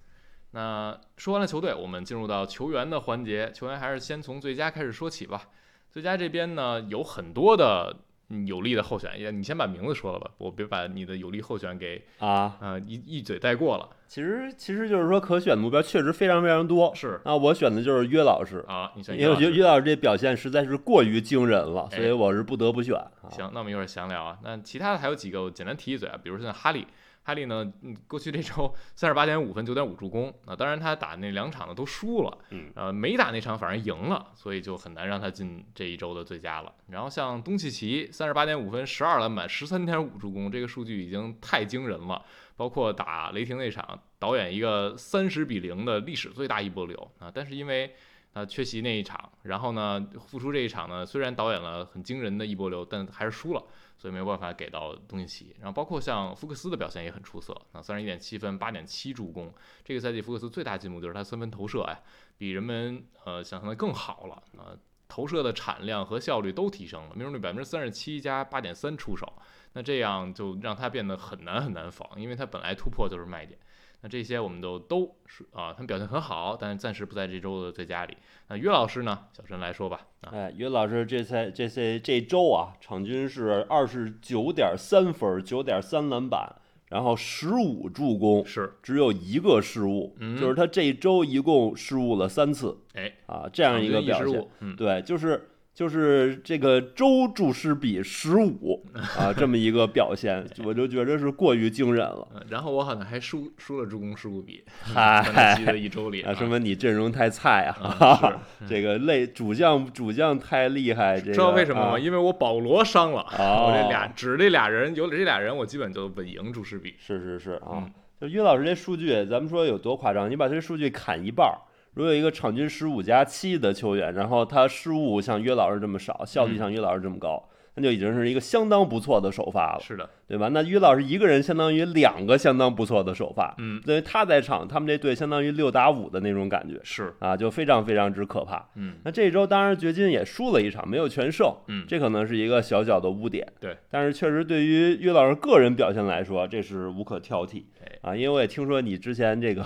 [SPEAKER 1] 那说完了球队，我们进入到球员的环节。球员还是先从最佳开始说起吧。最佳这边呢有很多的嗯有力的候选，也你先把名字说了吧，我别把你的有力候选给
[SPEAKER 2] 啊，
[SPEAKER 1] 呃一一嘴带过了。
[SPEAKER 2] 其实其实就是说可选的目标确实非常非常多。
[SPEAKER 1] 是
[SPEAKER 2] 啊，我选的就是约老师，
[SPEAKER 1] 啊，你选
[SPEAKER 2] 因为我觉得
[SPEAKER 1] 一
[SPEAKER 2] 约老师这表现实在是过于惊人了，
[SPEAKER 1] 哎
[SPEAKER 2] 所以我是不得不选。啊、
[SPEAKER 1] 行，那我们一会儿详聊啊。那其他的还有几个，我简单提一嘴啊，比如像哈利，哈利呢，嗯，过去这周 三十八点五分，九点五助攻，那当然他打那两场呢都输了，
[SPEAKER 2] 嗯，
[SPEAKER 1] 呃，没打那场反而赢了，所以就很难让他进这一周的最佳了。然后像东契奇，三十八点五分，十二篮板，十三点五助攻，这个数据已经太惊人了。包括打雷霆那场，导演一个三十比零的历史最大一波流啊，但是因为啊，缺席那一场，然后呢，复出这一场呢，虽然导演了很惊人的一波流，但还是输了，所以没有办法给到东契奇。然后包括像福克斯的表现也很出色，啊，三十一点七分，八点七助攻。这个赛季福克斯最大进步就是他三分投射，哎，比人们呃想象的更好了啊、投射的产量和效率都提升了，命中率百分之三十七加八点三出手，那这样就让他变得很难很难防，因为他本来突破就是卖点。那这些我们都都是啊，他们表现很好，但是暂时不在这周的最佳里。那约老师呢？小陈来说吧。啊，
[SPEAKER 2] 哎，于老师这赛这赛这周啊，场均是二十九点三分，九点三篮板，然后十五助攻，
[SPEAKER 1] 是，
[SPEAKER 2] 只有一个失误，
[SPEAKER 1] 嗯
[SPEAKER 2] 就是他这一周一共失误了三次
[SPEAKER 1] 哎，
[SPEAKER 2] 啊，这样一个
[SPEAKER 1] 场均
[SPEAKER 2] 表
[SPEAKER 1] 失
[SPEAKER 2] 现。
[SPEAKER 1] 误，嗯，
[SPEAKER 2] 对，就是就是这个周注失比十五啊，这么一个表现，我就觉得是过于惊人了。
[SPEAKER 1] 呃然后我好像还输输了助攻失误 比，在那
[SPEAKER 2] 嗨
[SPEAKER 1] 期，的一周里
[SPEAKER 2] 啊，
[SPEAKER 1] 啊，
[SPEAKER 2] 说明你阵容太菜啊！
[SPEAKER 1] 啊
[SPEAKER 2] 这个类主将主将太厉害，这
[SPEAKER 1] 是
[SPEAKER 2] 个
[SPEAKER 1] 知道为什么吗？
[SPEAKER 2] 啊
[SPEAKER 1] 因为我保罗伤了，
[SPEAKER 2] 哦
[SPEAKER 1] 我这俩只这俩人有了这俩人，我基本就稳赢注失比。
[SPEAKER 2] 是是是啊
[SPEAKER 1] 嗯，
[SPEAKER 2] 就于老师这数据，咱们说有多夸张？你把这数据砍一半儿，如果有一个场均十五加七的球员，然后他失误像约老师这么少，效
[SPEAKER 1] 嗯
[SPEAKER 2] 率像约老师这么高，那就已经是一个相当不错的首发了，
[SPEAKER 1] 是的，
[SPEAKER 2] 对吧？那于老师一个人相当于两个相当不错的首发，
[SPEAKER 1] 嗯，
[SPEAKER 2] 所以他在场，他们这队相当于六打五的那种感觉
[SPEAKER 1] 是，
[SPEAKER 2] 啊，就非常非常之可怕。
[SPEAKER 1] 嗯，
[SPEAKER 2] 那这周当然掘金也输了一场，没有全胜，
[SPEAKER 1] 嗯
[SPEAKER 2] 这可能是一个小小的污点，
[SPEAKER 1] 对。
[SPEAKER 2] 但是确实对于岳老师个人表现来说，这是无可挑剔
[SPEAKER 1] 哎啊
[SPEAKER 2] 啊，因为我也听说你之前这个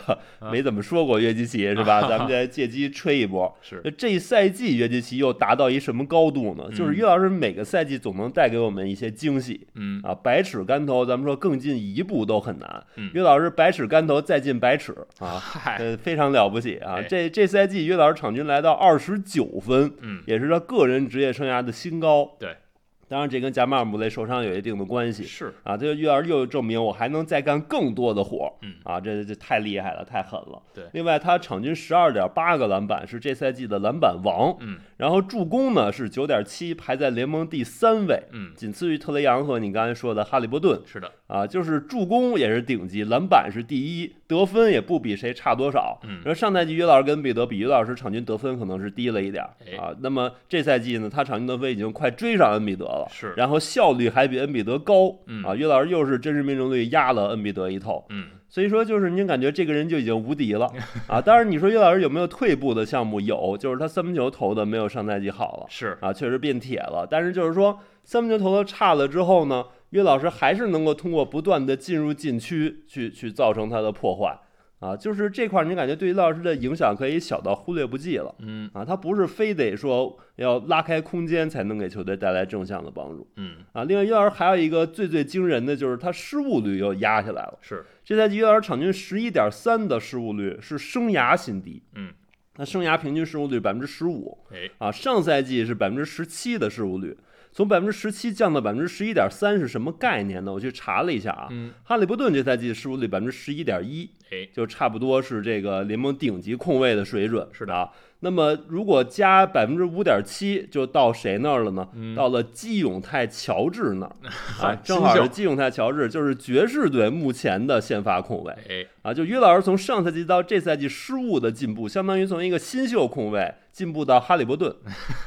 [SPEAKER 2] 没怎么说过约基奇 是吧？咱们再借机吹一波。
[SPEAKER 1] 是
[SPEAKER 2] 那这一赛季约基奇又达到一什么高度呢？就是
[SPEAKER 1] 嗯
[SPEAKER 2] 岳老师每个赛季总能带给我们一些惊喜
[SPEAKER 1] 嗯
[SPEAKER 2] 啊。百尺竿头，咱们说更进一步都很难。
[SPEAKER 1] 嗯
[SPEAKER 2] 约老师百尺竿头再进百尺啊，
[SPEAKER 1] 嗨，
[SPEAKER 2] 呃，非常了不起啊！
[SPEAKER 1] 哎
[SPEAKER 2] 这这赛季约老师场均来到二十九分，
[SPEAKER 1] 嗯
[SPEAKER 2] 也是他个人职业生涯的新高。
[SPEAKER 1] 对，
[SPEAKER 2] 当然这跟贾马尔姆雷受伤有一定的关系
[SPEAKER 1] 是，
[SPEAKER 2] 啊。这约老师又证明我还能再干更多的活儿
[SPEAKER 1] 嗯
[SPEAKER 2] 啊！这这太厉害了，太狠了。
[SPEAKER 1] 对
[SPEAKER 2] 另外他场均十二点八个篮板，是这赛季的篮板王。
[SPEAKER 1] 嗯
[SPEAKER 2] 然后助攻呢是九点七，排在联盟第三位，
[SPEAKER 1] 嗯，
[SPEAKER 2] 仅次于特雷杨和你刚才说的哈利伯顿
[SPEAKER 1] 是的，
[SPEAKER 2] 啊，就是助攻也是顶级，篮板是第一，得分也不比谁差多少。
[SPEAKER 1] 嗯
[SPEAKER 2] 然后上赛季约老师跟彼得比，约老师场均得分可能是低了一点儿
[SPEAKER 1] 哎
[SPEAKER 2] 啊，那么这赛季呢，他场均得分已经快追上恩比德了，
[SPEAKER 1] 是，
[SPEAKER 2] 然后效率还比恩比德高
[SPEAKER 1] 嗯
[SPEAKER 2] 啊，约老师又是真实命中率压了恩比德一头，
[SPEAKER 1] 嗯
[SPEAKER 2] 所以说就是您感觉这个人就已经无敌 了啊。当然你说约老师有没有退步的项目？有，就是他三分球投的没有上赛季好了
[SPEAKER 1] 是，
[SPEAKER 2] 啊，确实变铁了。但是就是说三分球投的差了之后呢，约老师还是能够通过不断的进入禁区去去造成他的破坏啊。就是这块儿你感觉对于老师的影响可以小到忽略不计了。
[SPEAKER 1] 嗯
[SPEAKER 2] 啊，他不是非得说要拉开空间才能给球队带来正向的帮助
[SPEAKER 1] 嗯
[SPEAKER 2] 啊。另外，约老师还有一个最最惊人的就是他失误率又压下来了。
[SPEAKER 1] 是，
[SPEAKER 2] 这赛季约老师场均十一点三的失误率是生涯新低，
[SPEAKER 1] 嗯，
[SPEAKER 2] 那生涯平均失误率百分之十五
[SPEAKER 1] 哎，
[SPEAKER 2] 啊，上赛季是百分之十七的失误率，从百分之十七降到百分之十一点三是什么概念呢？我去查了一下啊，
[SPEAKER 1] 嗯
[SPEAKER 2] 哈利伯顿这赛季失误率百分之十一点一，
[SPEAKER 1] 哎，
[SPEAKER 2] 就差不多是这个联盟顶级控卫的水准，
[SPEAKER 1] 是的
[SPEAKER 2] 的啊。那么如果加百分之五点七，就到谁那儿了呢？
[SPEAKER 1] 嗯
[SPEAKER 2] 到了基永泰乔治那儿啊，
[SPEAKER 1] 新
[SPEAKER 2] 正好
[SPEAKER 1] 秀
[SPEAKER 2] 是基永泰乔治，就是爵士队目前的先发控卫
[SPEAKER 1] 哎，
[SPEAKER 2] 啊。就约老师从上赛季到这赛季失误的进步，相当于从一个新秀控卫进步到哈利伯顿，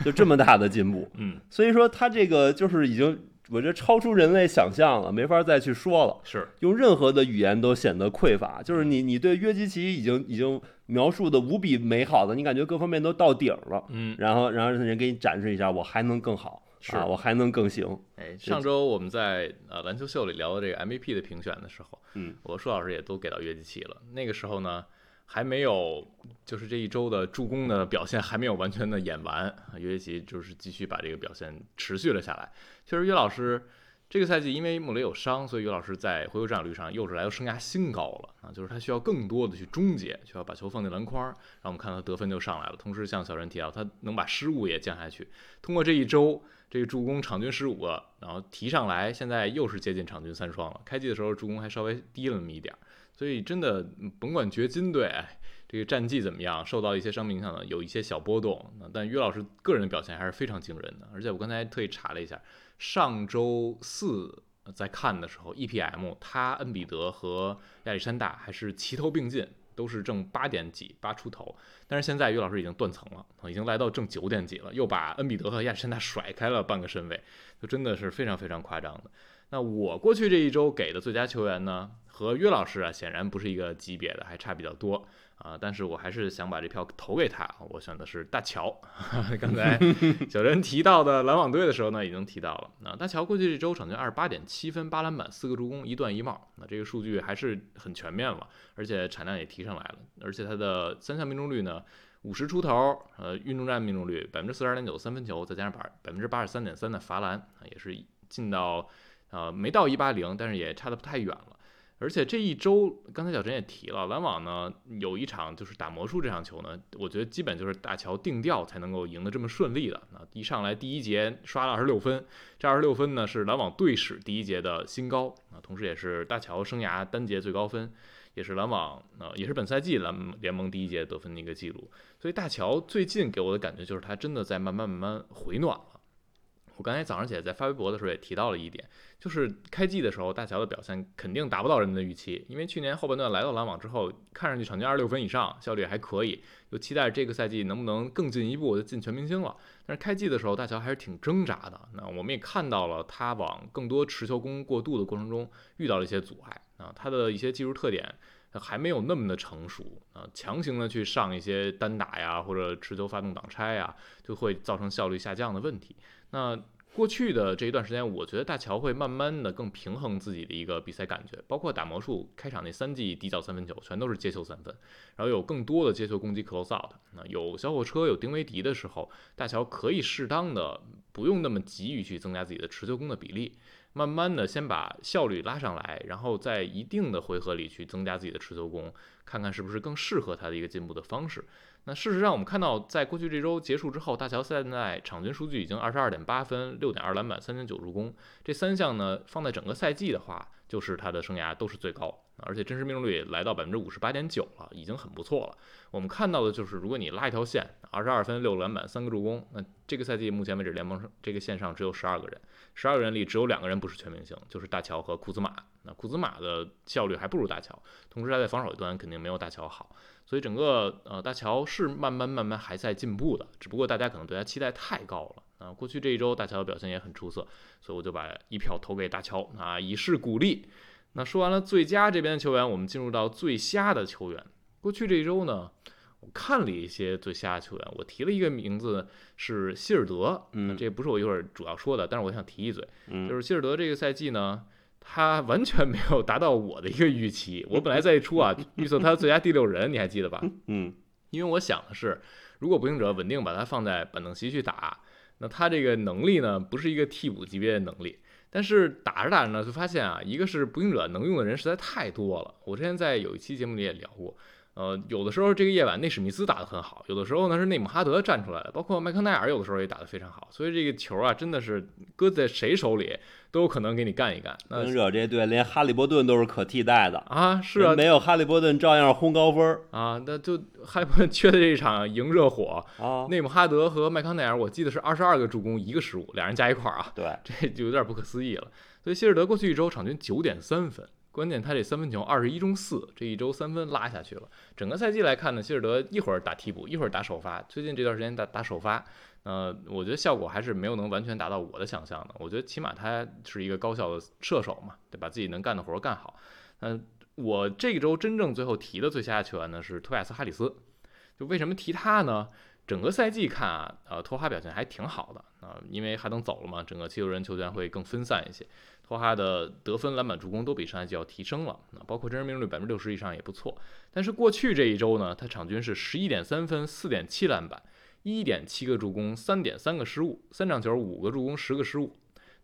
[SPEAKER 2] 就这么大的进步。
[SPEAKER 1] 嗯
[SPEAKER 2] 所以说他这个就是已经，我觉得超出人类想象了，没法再去说了。
[SPEAKER 1] 是，
[SPEAKER 2] 用任何的语言都显得匮乏。就是你，你对约基奇已经已经描述的无比美好的，你感觉各方面都到顶了，
[SPEAKER 1] 嗯
[SPEAKER 2] 然后然后人给你展示一下，我还能更好，
[SPEAKER 1] 是
[SPEAKER 2] 啊，我还能更行，
[SPEAKER 1] 哎，上周我们在呃篮球秀里聊到这个 MVP 的评选的时候，
[SPEAKER 2] 嗯，
[SPEAKER 1] 我舒老师也都给到约基奇了。那个时候呢，还没有就是这一周的助攻的表现还没有完全的演完，约基奇就是继续把这个表现持续了下来。确实，约老师这个赛季因为穆雷有伤，所以约老师在回球占有率上又是来到生涯新高了啊，就是他需要更多的去终结，需要把球放进篮筐，然后我们看到得分就上来了。同时，像小陈提到，他能把失误也降下去，通过这一周。这个助攻场均十五个，然后提上来，现在又是接近场均三双了。开季的时候助攻还稍微低了那么一点儿，所以真的嗯甭管掘金队哎这个战绩怎么样，受到一些伤病影响呢，有一些小波动。那但约老师个人的表现还是非常惊人的，而且我刚才特意查了一下，上周四呃在看的时候，EPM 他恩比德和亚历山大还是齐头并进。都是正八点几八出头，但是现在于老师已经断层了，已经来到正九点几了，又把恩比德和亚历山大甩开了半个身位，就真的是非常非常夸张的。那我过去这一周给的最佳球员呢，和约老师啊显然不是一个级别的，还差比较多啊。但是我还是想把这票投给他，我选的是大乔。 刚才小陈提到的篮网队的时候呢，已经提到了啊，大乔过去这周场均二十八点七分、八篮板、四个助攻、一断一帽，那这个数据还是很全面了，而且产量也提上来了，而且他的三项命中率呢。五十出头，呃，运动战命中率百分之四十二点九三分球，再加上百百分之八十三点三的罚篮，啊也是进到呃，没到一八零，但是也差得不太远了。而且这一周，刚才小陈也提了，篮网呢有一场就是打魔术这场球呢，我觉得基本就是大乔定调才能够赢得这么顺利的。那一上来第一节刷了二十六分，这二十六分呢是篮网队史第一节的新高啊，同时也是大乔生涯单节最高分，也是篮网呃也是本赛季篮联盟第一节得分的一个记录。所以大乔最近给我的感觉就是他真的在慢慢慢慢回暖了。我刚才早上起来在发微博的时候也提到了一点。就是开季的时候，大乔的表现肯定达不到人们的预期，因为去年后半段来到篮网之后，看上去场均二十六分以上，效率还可以，就期待这个赛季能不能更进一步，就进全明星了。但是开季的时候，大乔还是挺挣扎的。那我们也看到了他往更多持球攻过渡的过程中遇到了一些阻碍啊，他的一些技术特点还没有那么的成熟啊，强行的去上一些单打呀或者持球发动挡拆呀，就会造成效率下降的问题。那过去的这一段时间，我觉得大乔会慢慢的更平衡自己的一个比赛感觉，包括打魔术开场那三记底角三分球，全都是接球三分，然后有更多的啊接球攻击 close out。那有小火车有丁威迪的时候，大乔可以适当的不用那么急于去增加自己的持球攻的比例，慢慢的先把效率拉上来，然后在一定的回合里去增加自己的持球攻，看看是不是更适合他的一个进步的方式。那事实上，我们看到，在过去这周结束之后，大乔现在场均数据已经二十二点八分、六点二篮板、三点九助攻，这三项呢放在整个赛季的话，就是他的生涯都是最高，而且真实命中率也来到百分之五十八点九了，已经很不错了。我们看到的就是，如果你拉一条线，二十二分、六篮板、三个助攻，那这个赛季目前为止联盟上这个线上只有十二个人，十二个人里只有两个人不是全明星，就是大乔和库兹马。那库兹马的效率还不如大乔，同时他在防守端肯定没有大乔好。所以整个呃大乔是慢慢慢慢还在进步的，只不过大家可能对他期待太高了啊、过去这一周大乔的表现也很出色，所以我就把一票投给大乔啊，以示鼓励。那说完了最佳这边的球员，我们进入到最瞎的球员。过去这一周呢，我看了一些最瞎的球员，我提了一个名字是希尔德，
[SPEAKER 2] 嗯
[SPEAKER 1] 这不是我一会儿主要说的，但是我想提一嘴，
[SPEAKER 2] 嗯
[SPEAKER 1] 就是希尔德这个赛季呢，他完全没有达到我的一个预期。我本来在初啊预测他最佳第六人，你还记得吧？
[SPEAKER 2] 嗯
[SPEAKER 1] 因为我想的是，如果步行者稳定把他放在板凳席去打，那他这个能力呢，不是一个替补级别的能力。但是打着打着呢，就发现啊，一个是步行者能用的人实在太多了。我之前在有一期节目里也聊过，呃，有的时候这个夜晚内史密斯打得很好，有的时候呢是内姆哈德站出来了，包括麦克奈尔有的时候也打得非常好。所以这个球啊，真的是搁在谁手里都有可能给你干一干。
[SPEAKER 2] 步
[SPEAKER 1] 那
[SPEAKER 2] 行者这队连哈利波顿都是可替代的，
[SPEAKER 1] 啊，是啊
[SPEAKER 2] 人，没有哈利波顿照样轰高分儿
[SPEAKER 1] 啊，那就害怕缺的这一场赢热火，
[SPEAKER 2] 啊。
[SPEAKER 1] 内姆哈德和麦康奈尔，我记得是二十二个助攻，一个失误，俩人加一块儿啊，
[SPEAKER 2] 对，
[SPEAKER 1] 这就有点不可思议了。所以希尔德过去一周场均九点三分，关键他这三分球二十一中四，这一周三分拉下去了。整个赛季来看呢，希尔德一会儿打替补，一会儿打首发，最近这段时间打打首发，呃，我觉得效果还是没有能完全达到我的想象的。我觉得起码他是一个高效的射手嘛，得把自己能干的活儿干好。嗯、我这一周真正最后提的最佳球员呢是托亚斯哈里斯，就为什么提他呢？整个赛季看啊，呃，托哈表现还挺好的啊、因为哈登走了嘛，整个七六人球员会更分散一些。托哈的得分、篮板、助攻都比上赛季要提升了，那包括真实命中率百分之六十以上也不错。但是过去这一周呢，他场均是十一点三分、四点七篮板、一点七个助攻、三点三个失误，三场球五个助攻、十个失误。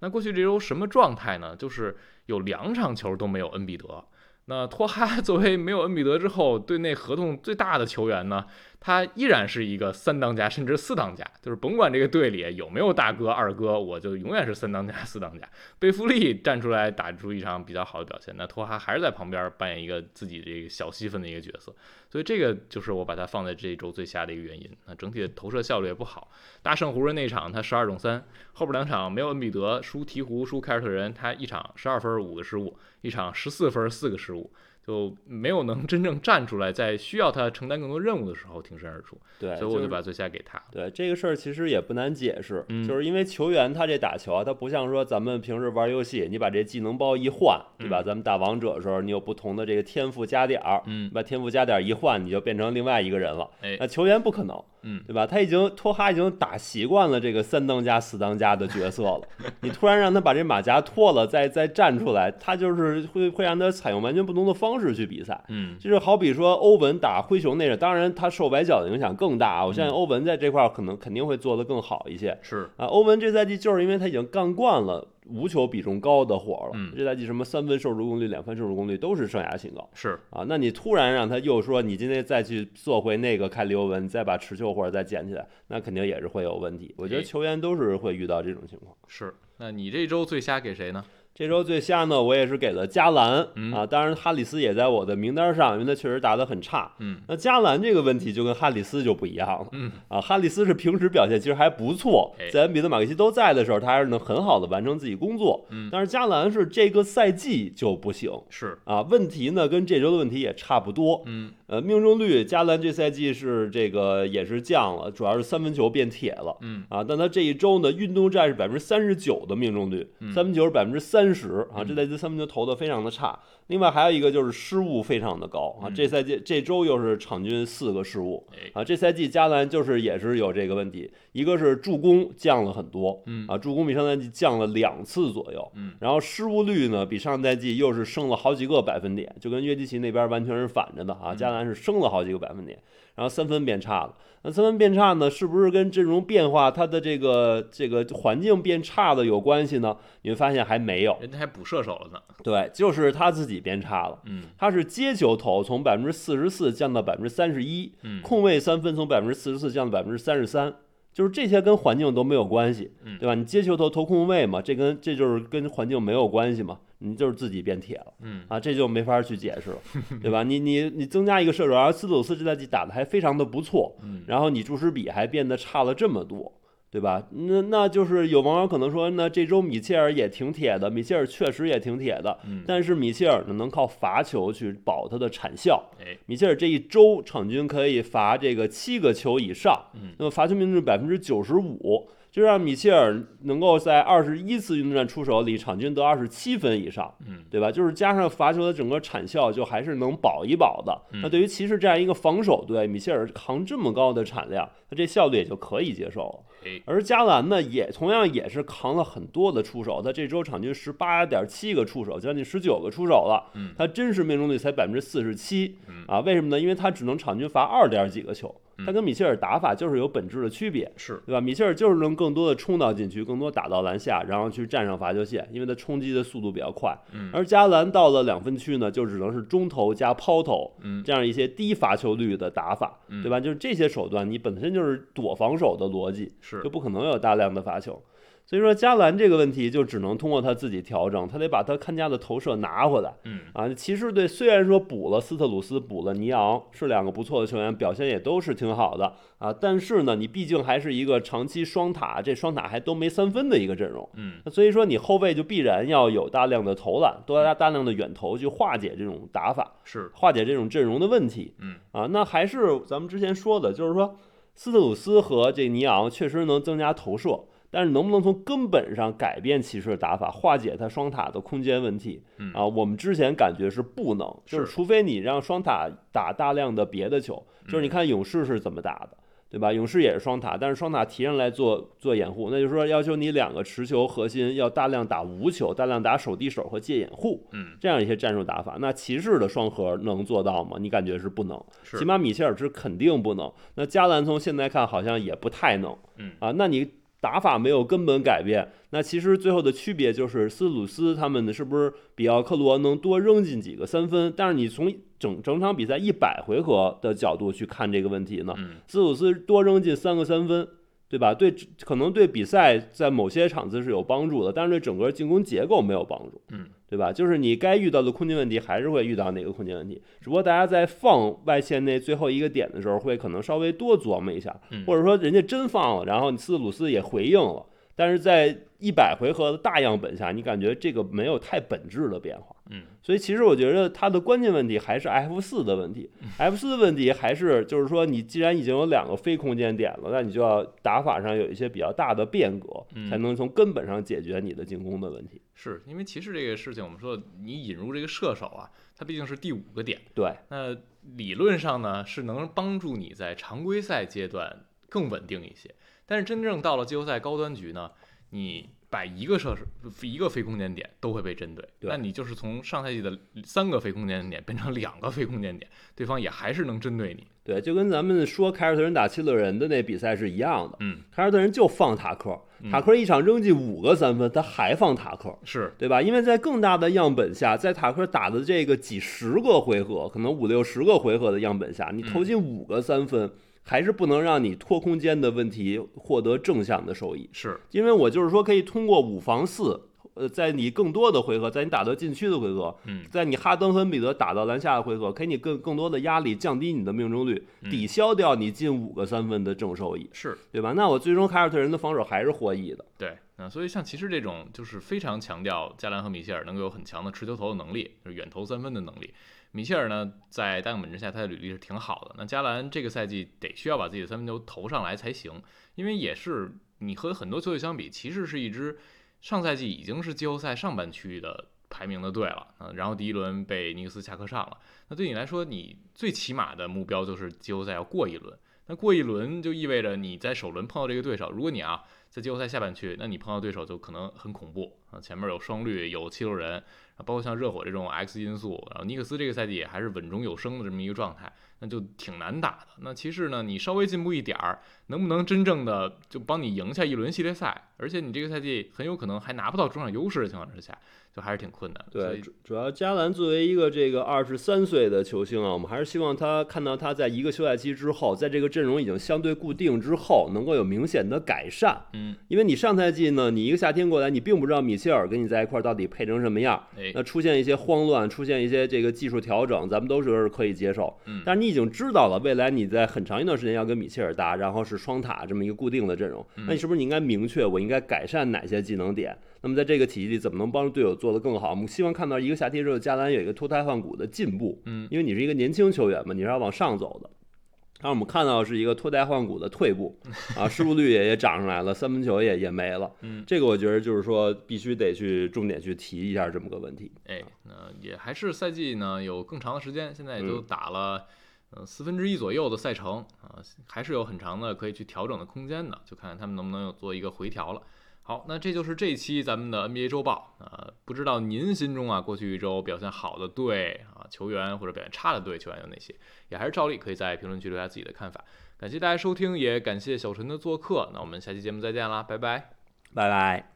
[SPEAKER 1] 那过去这周什么状态呢？就是有两场球都没有恩比德。那托哈 作为没有恩比德之后队内合同最大的球员呢，他依然是一个三当家甚至四当家，就是甭管这个队里有没有大哥二哥，我就永远是三当家四当家。贝弗利站出来打出一场比较好的表现，那托哈还是在旁边扮演一个自己这个小戏份的一个角色，所以这个就是我把他放在这一周最瞎的一个原因。那整体的投射效率也不好，大胜湖人那场他十二中三，后边两场没有恩比德，输鹈鹕输凯尔特人，他一场十二分五个失误，一场十四分四个失误。就没有能真正站出来，在需要他承担更多任务的时候挺身而出。
[SPEAKER 2] 对，
[SPEAKER 1] 所以我
[SPEAKER 2] 是
[SPEAKER 1] 就把最佳给他。
[SPEAKER 2] 对这个事儿其实也不难解释，
[SPEAKER 1] 嗯
[SPEAKER 2] 就是因为球员他这打球啊，他不像说咱们平时玩游戏，你把这技能包一换，对吧？咱们打王者的时候，你有不同的这个天赋加点儿，
[SPEAKER 1] 嗯
[SPEAKER 2] 你把天赋加点儿一换，你就变成另外一个人了。
[SPEAKER 1] 哎
[SPEAKER 2] 那球员不可能，
[SPEAKER 1] 嗯
[SPEAKER 2] 对吧？他已经托哈已经打习惯了这个三当家、四当家的角色了，你突然让他把这马甲脱了，再再站出来，他就是会会让他采用完全不同的方式去比赛。
[SPEAKER 1] 嗯
[SPEAKER 2] 就是好比说欧文打灰熊那阵，当然他受崴脚的影响更大，啊我相
[SPEAKER 1] 嗯
[SPEAKER 2] 信欧文在这块儿可能肯定会做得更好一些。
[SPEAKER 1] 是，
[SPEAKER 2] 啊，欧文这赛季就是因为他已经干惯了无球比重高的活儿了，
[SPEAKER 1] 嗯
[SPEAKER 2] 这赛季什么三分射手攻率、两分射手攻率都是生涯新高
[SPEAKER 1] 是，
[SPEAKER 2] 啊。那你突然让他又说你今天再去做回那个凯里欧文，再把持球或者再捡起来，那肯定也是会有问题。我觉得
[SPEAKER 1] 哎
[SPEAKER 2] 球员都是会遇到这种情况。
[SPEAKER 1] 是。那你这周最瞎给谁呢？
[SPEAKER 2] 这周最瞎呢，我也是给了加兰、
[SPEAKER 1] 嗯
[SPEAKER 2] 啊，当然哈里斯也在我的名单上，因为他确实打得很差。
[SPEAKER 1] 嗯，
[SPEAKER 2] 那加兰这个问题就跟哈里斯就不一样了，
[SPEAKER 1] 嗯
[SPEAKER 2] 啊，哈里斯是平时表现其实还不错
[SPEAKER 1] 哎，
[SPEAKER 2] 在恩比德、马克西都在的时候，他还是能很好的完成自己工作，
[SPEAKER 1] 嗯
[SPEAKER 2] 但是加兰是这个赛季就不行
[SPEAKER 1] 是，
[SPEAKER 2] 啊，问题呢跟这周的问题也差不多，
[SPEAKER 1] 嗯
[SPEAKER 2] 呃，命中率加兰这赛季是这个也是降了，主要是三分球变铁了。
[SPEAKER 1] 嗯
[SPEAKER 2] 啊，但他这一周呢，运动战是百分之三十九的命中率，
[SPEAKER 1] 嗯
[SPEAKER 2] 三分球是百分之三十啊，
[SPEAKER 1] 嗯
[SPEAKER 2] 这赛季三分球投的非常的差。另外还有一个就是失误非常的高啊，
[SPEAKER 1] 嗯
[SPEAKER 2] 这赛季这周又是场均四个失误
[SPEAKER 1] 哎
[SPEAKER 2] 啊，这赛季加兰就是也是有这个问题，一个是助攻降了很多
[SPEAKER 1] 嗯
[SPEAKER 2] 啊，助攻比上赛季降了两次左右，
[SPEAKER 1] 嗯
[SPEAKER 2] 然后失误率呢比上赛季又是
[SPEAKER 1] 嗯
[SPEAKER 2] 升了好几个百分点，就跟约基奇那边完全是反着的啊，加兰是升了好几个百分点。然然后三分变差了。那三分变差呢，是不是跟阵容变化、它的这个这个环境变差的有关系呢？你会发现还没有，
[SPEAKER 1] 人家还补射手了呢。
[SPEAKER 2] 对，就是他自己变差了。
[SPEAKER 1] 嗯
[SPEAKER 2] 他是接球投从百分之四十四降到百分之三十一，
[SPEAKER 1] 嗯
[SPEAKER 2] 空位三分从百分之四十四降到百分之三十三，就是这些跟环境都没有关系
[SPEAKER 1] 嗯，
[SPEAKER 2] 对吧？你接球投投空位嘛，这跟这就是跟环境没有关系嘛，你就是自己变铁了
[SPEAKER 1] 嗯
[SPEAKER 2] 啊，这就没法去解释了， 对吧？你你你增加一个射手，然后斯鲁斯这赛季打的还非常的不错，
[SPEAKER 1] 嗯
[SPEAKER 2] 然后你注释比还变得差了这么多。对吧？那那就是有网友可能说，那这周米切尔也挺铁的，米切尔确实也挺铁的，
[SPEAKER 1] 嗯，
[SPEAKER 2] 但是米切尔呢能靠罚球去保他的产效，
[SPEAKER 1] 哎
[SPEAKER 2] 米切尔这一周场均可以罚这个七个球以上，
[SPEAKER 1] 嗯
[SPEAKER 2] 那么罚球命中率百分之九十五，这让米切尔能够在二十一次运动战出手里场均得二十七分以上，
[SPEAKER 1] 嗯
[SPEAKER 2] 对吧？就是加上罚球的整个产效，就还是能保一保的。
[SPEAKER 1] 嗯
[SPEAKER 2] 那对于骑士这样一个防守队，米切尔扛这么高的产量，那这效率也就可以接受了。
[SPEAKER 1] 哎
[SPEAKER 2] 而加兰呢，也同样也是扛了很多的出手，他这周场均十八点七个出手，将近十九个出手了。
[SPEAKER 1] 嗯
[SPEAKER 2] 他真实命中率才百分之四十七
[SPEAKER 1] 嗯
[SPEAKER 2] 啊？为什么呢？因为他只能场均罚二点几个球，
[SPEAKER 1] 嗯
[SPEAKER 2] 他跟米切尔打法就是有本质的区别。
[SPEAKER 1] 是
[SPEAKER 2] 对吧？米切尔就是能更多的冲到禁区，更多打到篮下，然后去站上罚球线，因为他冲击的速度比较快。
[SPEAKER 1] 嗯
[SPEAKER 2] 而加兰到了两分区呢，就只能是中投加抛投
[SPEAKER 1] 嗯
[SPEAKER 2] 这样一些低罚球率的打法，
[SPEAKER 1] 嗯
[SPEAKER 2] 对吧？就是这些手段，你本身就是躲防守的逻辑，
[SPEAKER 1] 是
[SPEAKER 2] 就不可能有大量的罚球。所以说，加兰这个问题就只能通过他自己调整，他得把他看家的投射拿回来
[SPEAKER 1] 嗯
[SPEAKER 2] 啊。骑士队虽然说补了斯特鲁斯，补了尼昂，是两个不错的球员，表现也都是挺好的啊。但是呢，你毕竟还是一个长期双塔，这双塔还都没三分的一个阵容，
[SPEAKER 1] 嗯
[SPEAKER 2] 所以说你后卫就必然要有大量的投篮，多大大量的远投去化解这种打法。
[SPEAKER 1] 是
[SPEAKER 2] 化解这种阵容的问题。
[SPEAKER 1] 嗯
[SPEAKER 2] 啊，那还是咱们之前说的，就是说斯特鲁斯和这尼昂确实能增加投射，但是能不能从根本上改变骑士的打法，化解他双塔的空间问题
[SPEAKER 1] 嗯？
[SPEAKER 2] 啊，我们之前感觉是不能，就是
[SPEAKER 1] 是
[SPEAKER 2] 除非你让双塔打大量的别的球，就是你
[SPEAKER 1] 嗯
[SPEAKER 2] 看勇士是怎么打的。对吧？勇士也是双塔，但是双塔提上来做做掩护，那就是说要求你两个持球核心要大量打无球，大量打手递手和界掩护。
[SPEAKER 1] 嗯
[SPEAKER 2] 这样一些战术打法。那骑士的双核能做到吗？你感觉是不能，
[SPEAKER 1] 是
[SPEAKER 2] 起码米切尔是肯定不能。那加兰从现在看好像也不太能
[SPEAKER 1] 嗯
[SPEAKER 2] 啊。那你打法没有根本改变，那其实最后的区别就是斯鲁斯他们是不是比奥克罗能多扔进几个三分？但是你从整整场比赛一百回合的角度去看这个问题呢，
[SPEAKER 1] 嗯
[SPEAKER 2] 斯鲁斯多扔进三个三分，对吧？对，可能对比赛在某些场次是有帮助的，但是对整个进攻结构没有帮助，
[SPEAKER 1] 嗯，
[SPEAKER 2] 对吧？就是你该遇到的空间问题还是会遇到哪个空间问题，只不过大家在放外线那最后一个点的时候，会可能稍微多琢磨一下
[SPEAKER 1] 嗯，
[SPEAKER 2] 或者说人家真放了，然后斯鲁斯也回应了，但是在一百回合的大样本下，你感觉这个没有太本质的变化。
[SPEAKER 1] 嗯
[SPEAKER 2] 所以其实我觉得它的关键问题还是 F 四的问题，F 四的问题还是就是说，你既然已经有两个非空间点了，那你就要打法上有一些比较大的变革，
[SPEAKER 1] 嗯
[SPEAKER 2] 才能从根本上解决你的进攻的问题。
[SPEAKER 1] 是因为骑士这个事情，我们说你引入这个射手啊，它毕竟是第五个点。
[SPEAKER 2] 对，
[SPEAKER 1] 那理论上呢，是能帮助你在常规赛阶段更稳定一些。但是真正到了季后赛高端局呢，你摆一个射手、一个非空间点都会被针对，
[SPEAKER 2] 对
[SPEAKER 1] 那你就是从上赛季的三个非空间点变成两个非空间点，对方也还是能针对你。
[SPEAKER 2] 对，就跟咱们说凯尔特人打七六人的那比赛是一样的，
[SPEAKER 1] 嗯，
[SPEAKER 2] 凯尔特人就放塔克，塔克一场扔进五个三分，他还放塔克。
[SPEAKER 1] 是，
[SPEAKER 2] 对吧？因为在更大的样本下，在塔克打的这个几十个回合，可能五六十个回合的样本下，你投进五个三分，还是不能让你拖空间的问题获得正向的收益。
[SPEAKER 1] 是，
[SPEAKER 2] 因为我就是说，可以通过五防四，呃，在你更多的回合，在你打到禁区的回合，
[SPEAKER 1] 嗯
[SPEAKER 2] 在你哈登和米德打到篮下的回合，给你更更多的压力，降低你的命中率，抵消掉你进五个三分的正收益，
[SPEAKER 1] 是，
[SPEAKER 2] 对吧？那我最终凯尔特人的防守还是获益的。
[SPEAKER 1] 对，嗯，所以像骑士这种就是非常强调加兰和米切尔能够有很强的持球投的能力，就是远投三分的能力。米切尔呢，在大样本之下，他的履历是挺好的。那加兰这个赛季得需要把自己的三分球投上来才行，因为也是你和很多球队相比，骑士是一支上赛季已经是季后赛上半区的排名的队了，嗯，然后第一轮被尼克斯下课上了。那对你来说，你最起码的目标就是季后赛要过一轮。那过一轮就意味着你在首轮碰到这个对手，如果你啊在季后赛下半区，那你碰到对手就可能很恐怖啊，前面有双绿，有七六人，啊包括像热火这种 X 因素，然后尼克斯这个赛季也还是稳中有升的这么一个状态，那就挺难打的。那骑士呢，你稍微进步一点儿，能不能真正的就帮你赢下一轮系列赛？而且你这个赛季很有可能还拿不到主场优势的情况之下，就还是挺困难的。所
[SPEAKER 2] 对，
[SPEAKER 1] 以
[SPEAKER 2] 主主要加兰作为一个这个二十三岁的球星啊，我们还是希望他看到他在一个休赛期之后，在这个阵容已经相对固定之后，能够有明显的改善。
[SPEAKER 1] 嗯，
[SPEAKER 2] 因为你上赛季呢，你一个夏天过来，你并不知道米切尔跟你在一块儿到底配成什么样，
[SPEAKER 1] 哎，
[SPEAKER 2] 那出现一些慌乱，出现一些这个技术调整，咱们都是可以接受。
[SPEAKER 1] 嗯
[SPEAKER 2] 但是你已经知道了，未来你在很长一段时间要跟米切尔搭，然后是双塔这么一个固定的阵容，
[SPEAKER 1] 嗯
[SPEAKER 2] 那你是不是你应该明确我应该改善哪些技能点？那么在这个体系里，怎么能帮助队友做得更好？我们希望看到一个夏天之后，加兰有一个脱胎换骨的进步。
[SPEAKER 1] 嗯，
[SPEAKER 2] 因为你是一个年轻球员嘛，你是要往上走的。让我们看到是一个脱胎换骨的 退步啊，失误率也也涨上来了，三分球也也没了。
[SPEAKER 1] 嗯，
[SPEAKER 2] 这个我觉得就是说必须得去重点去提一下这么个问题。
[SPEAKER 1] 哎，那也还是赛季呢有更长的时间，现在也都
[SPEAKER 2] 嗯
[SPEAKER 1] 打了呃四分之一左右的赛程啊、还是有很长的可以去调整的空间的，就看看他们能不能有做一个回调了。好，那这就是这一期咱们的 NBA 周报啊、不知道您心中啊过去一周表现好的队啊球员或者表现差的队球员有哪些？也还是照例可以在评论区留下自己的看法。感谢大家收听，也感谢小陈的做客。那我们下期节目再见啦，拜拜。
[SPEAKER 2] 拜拜。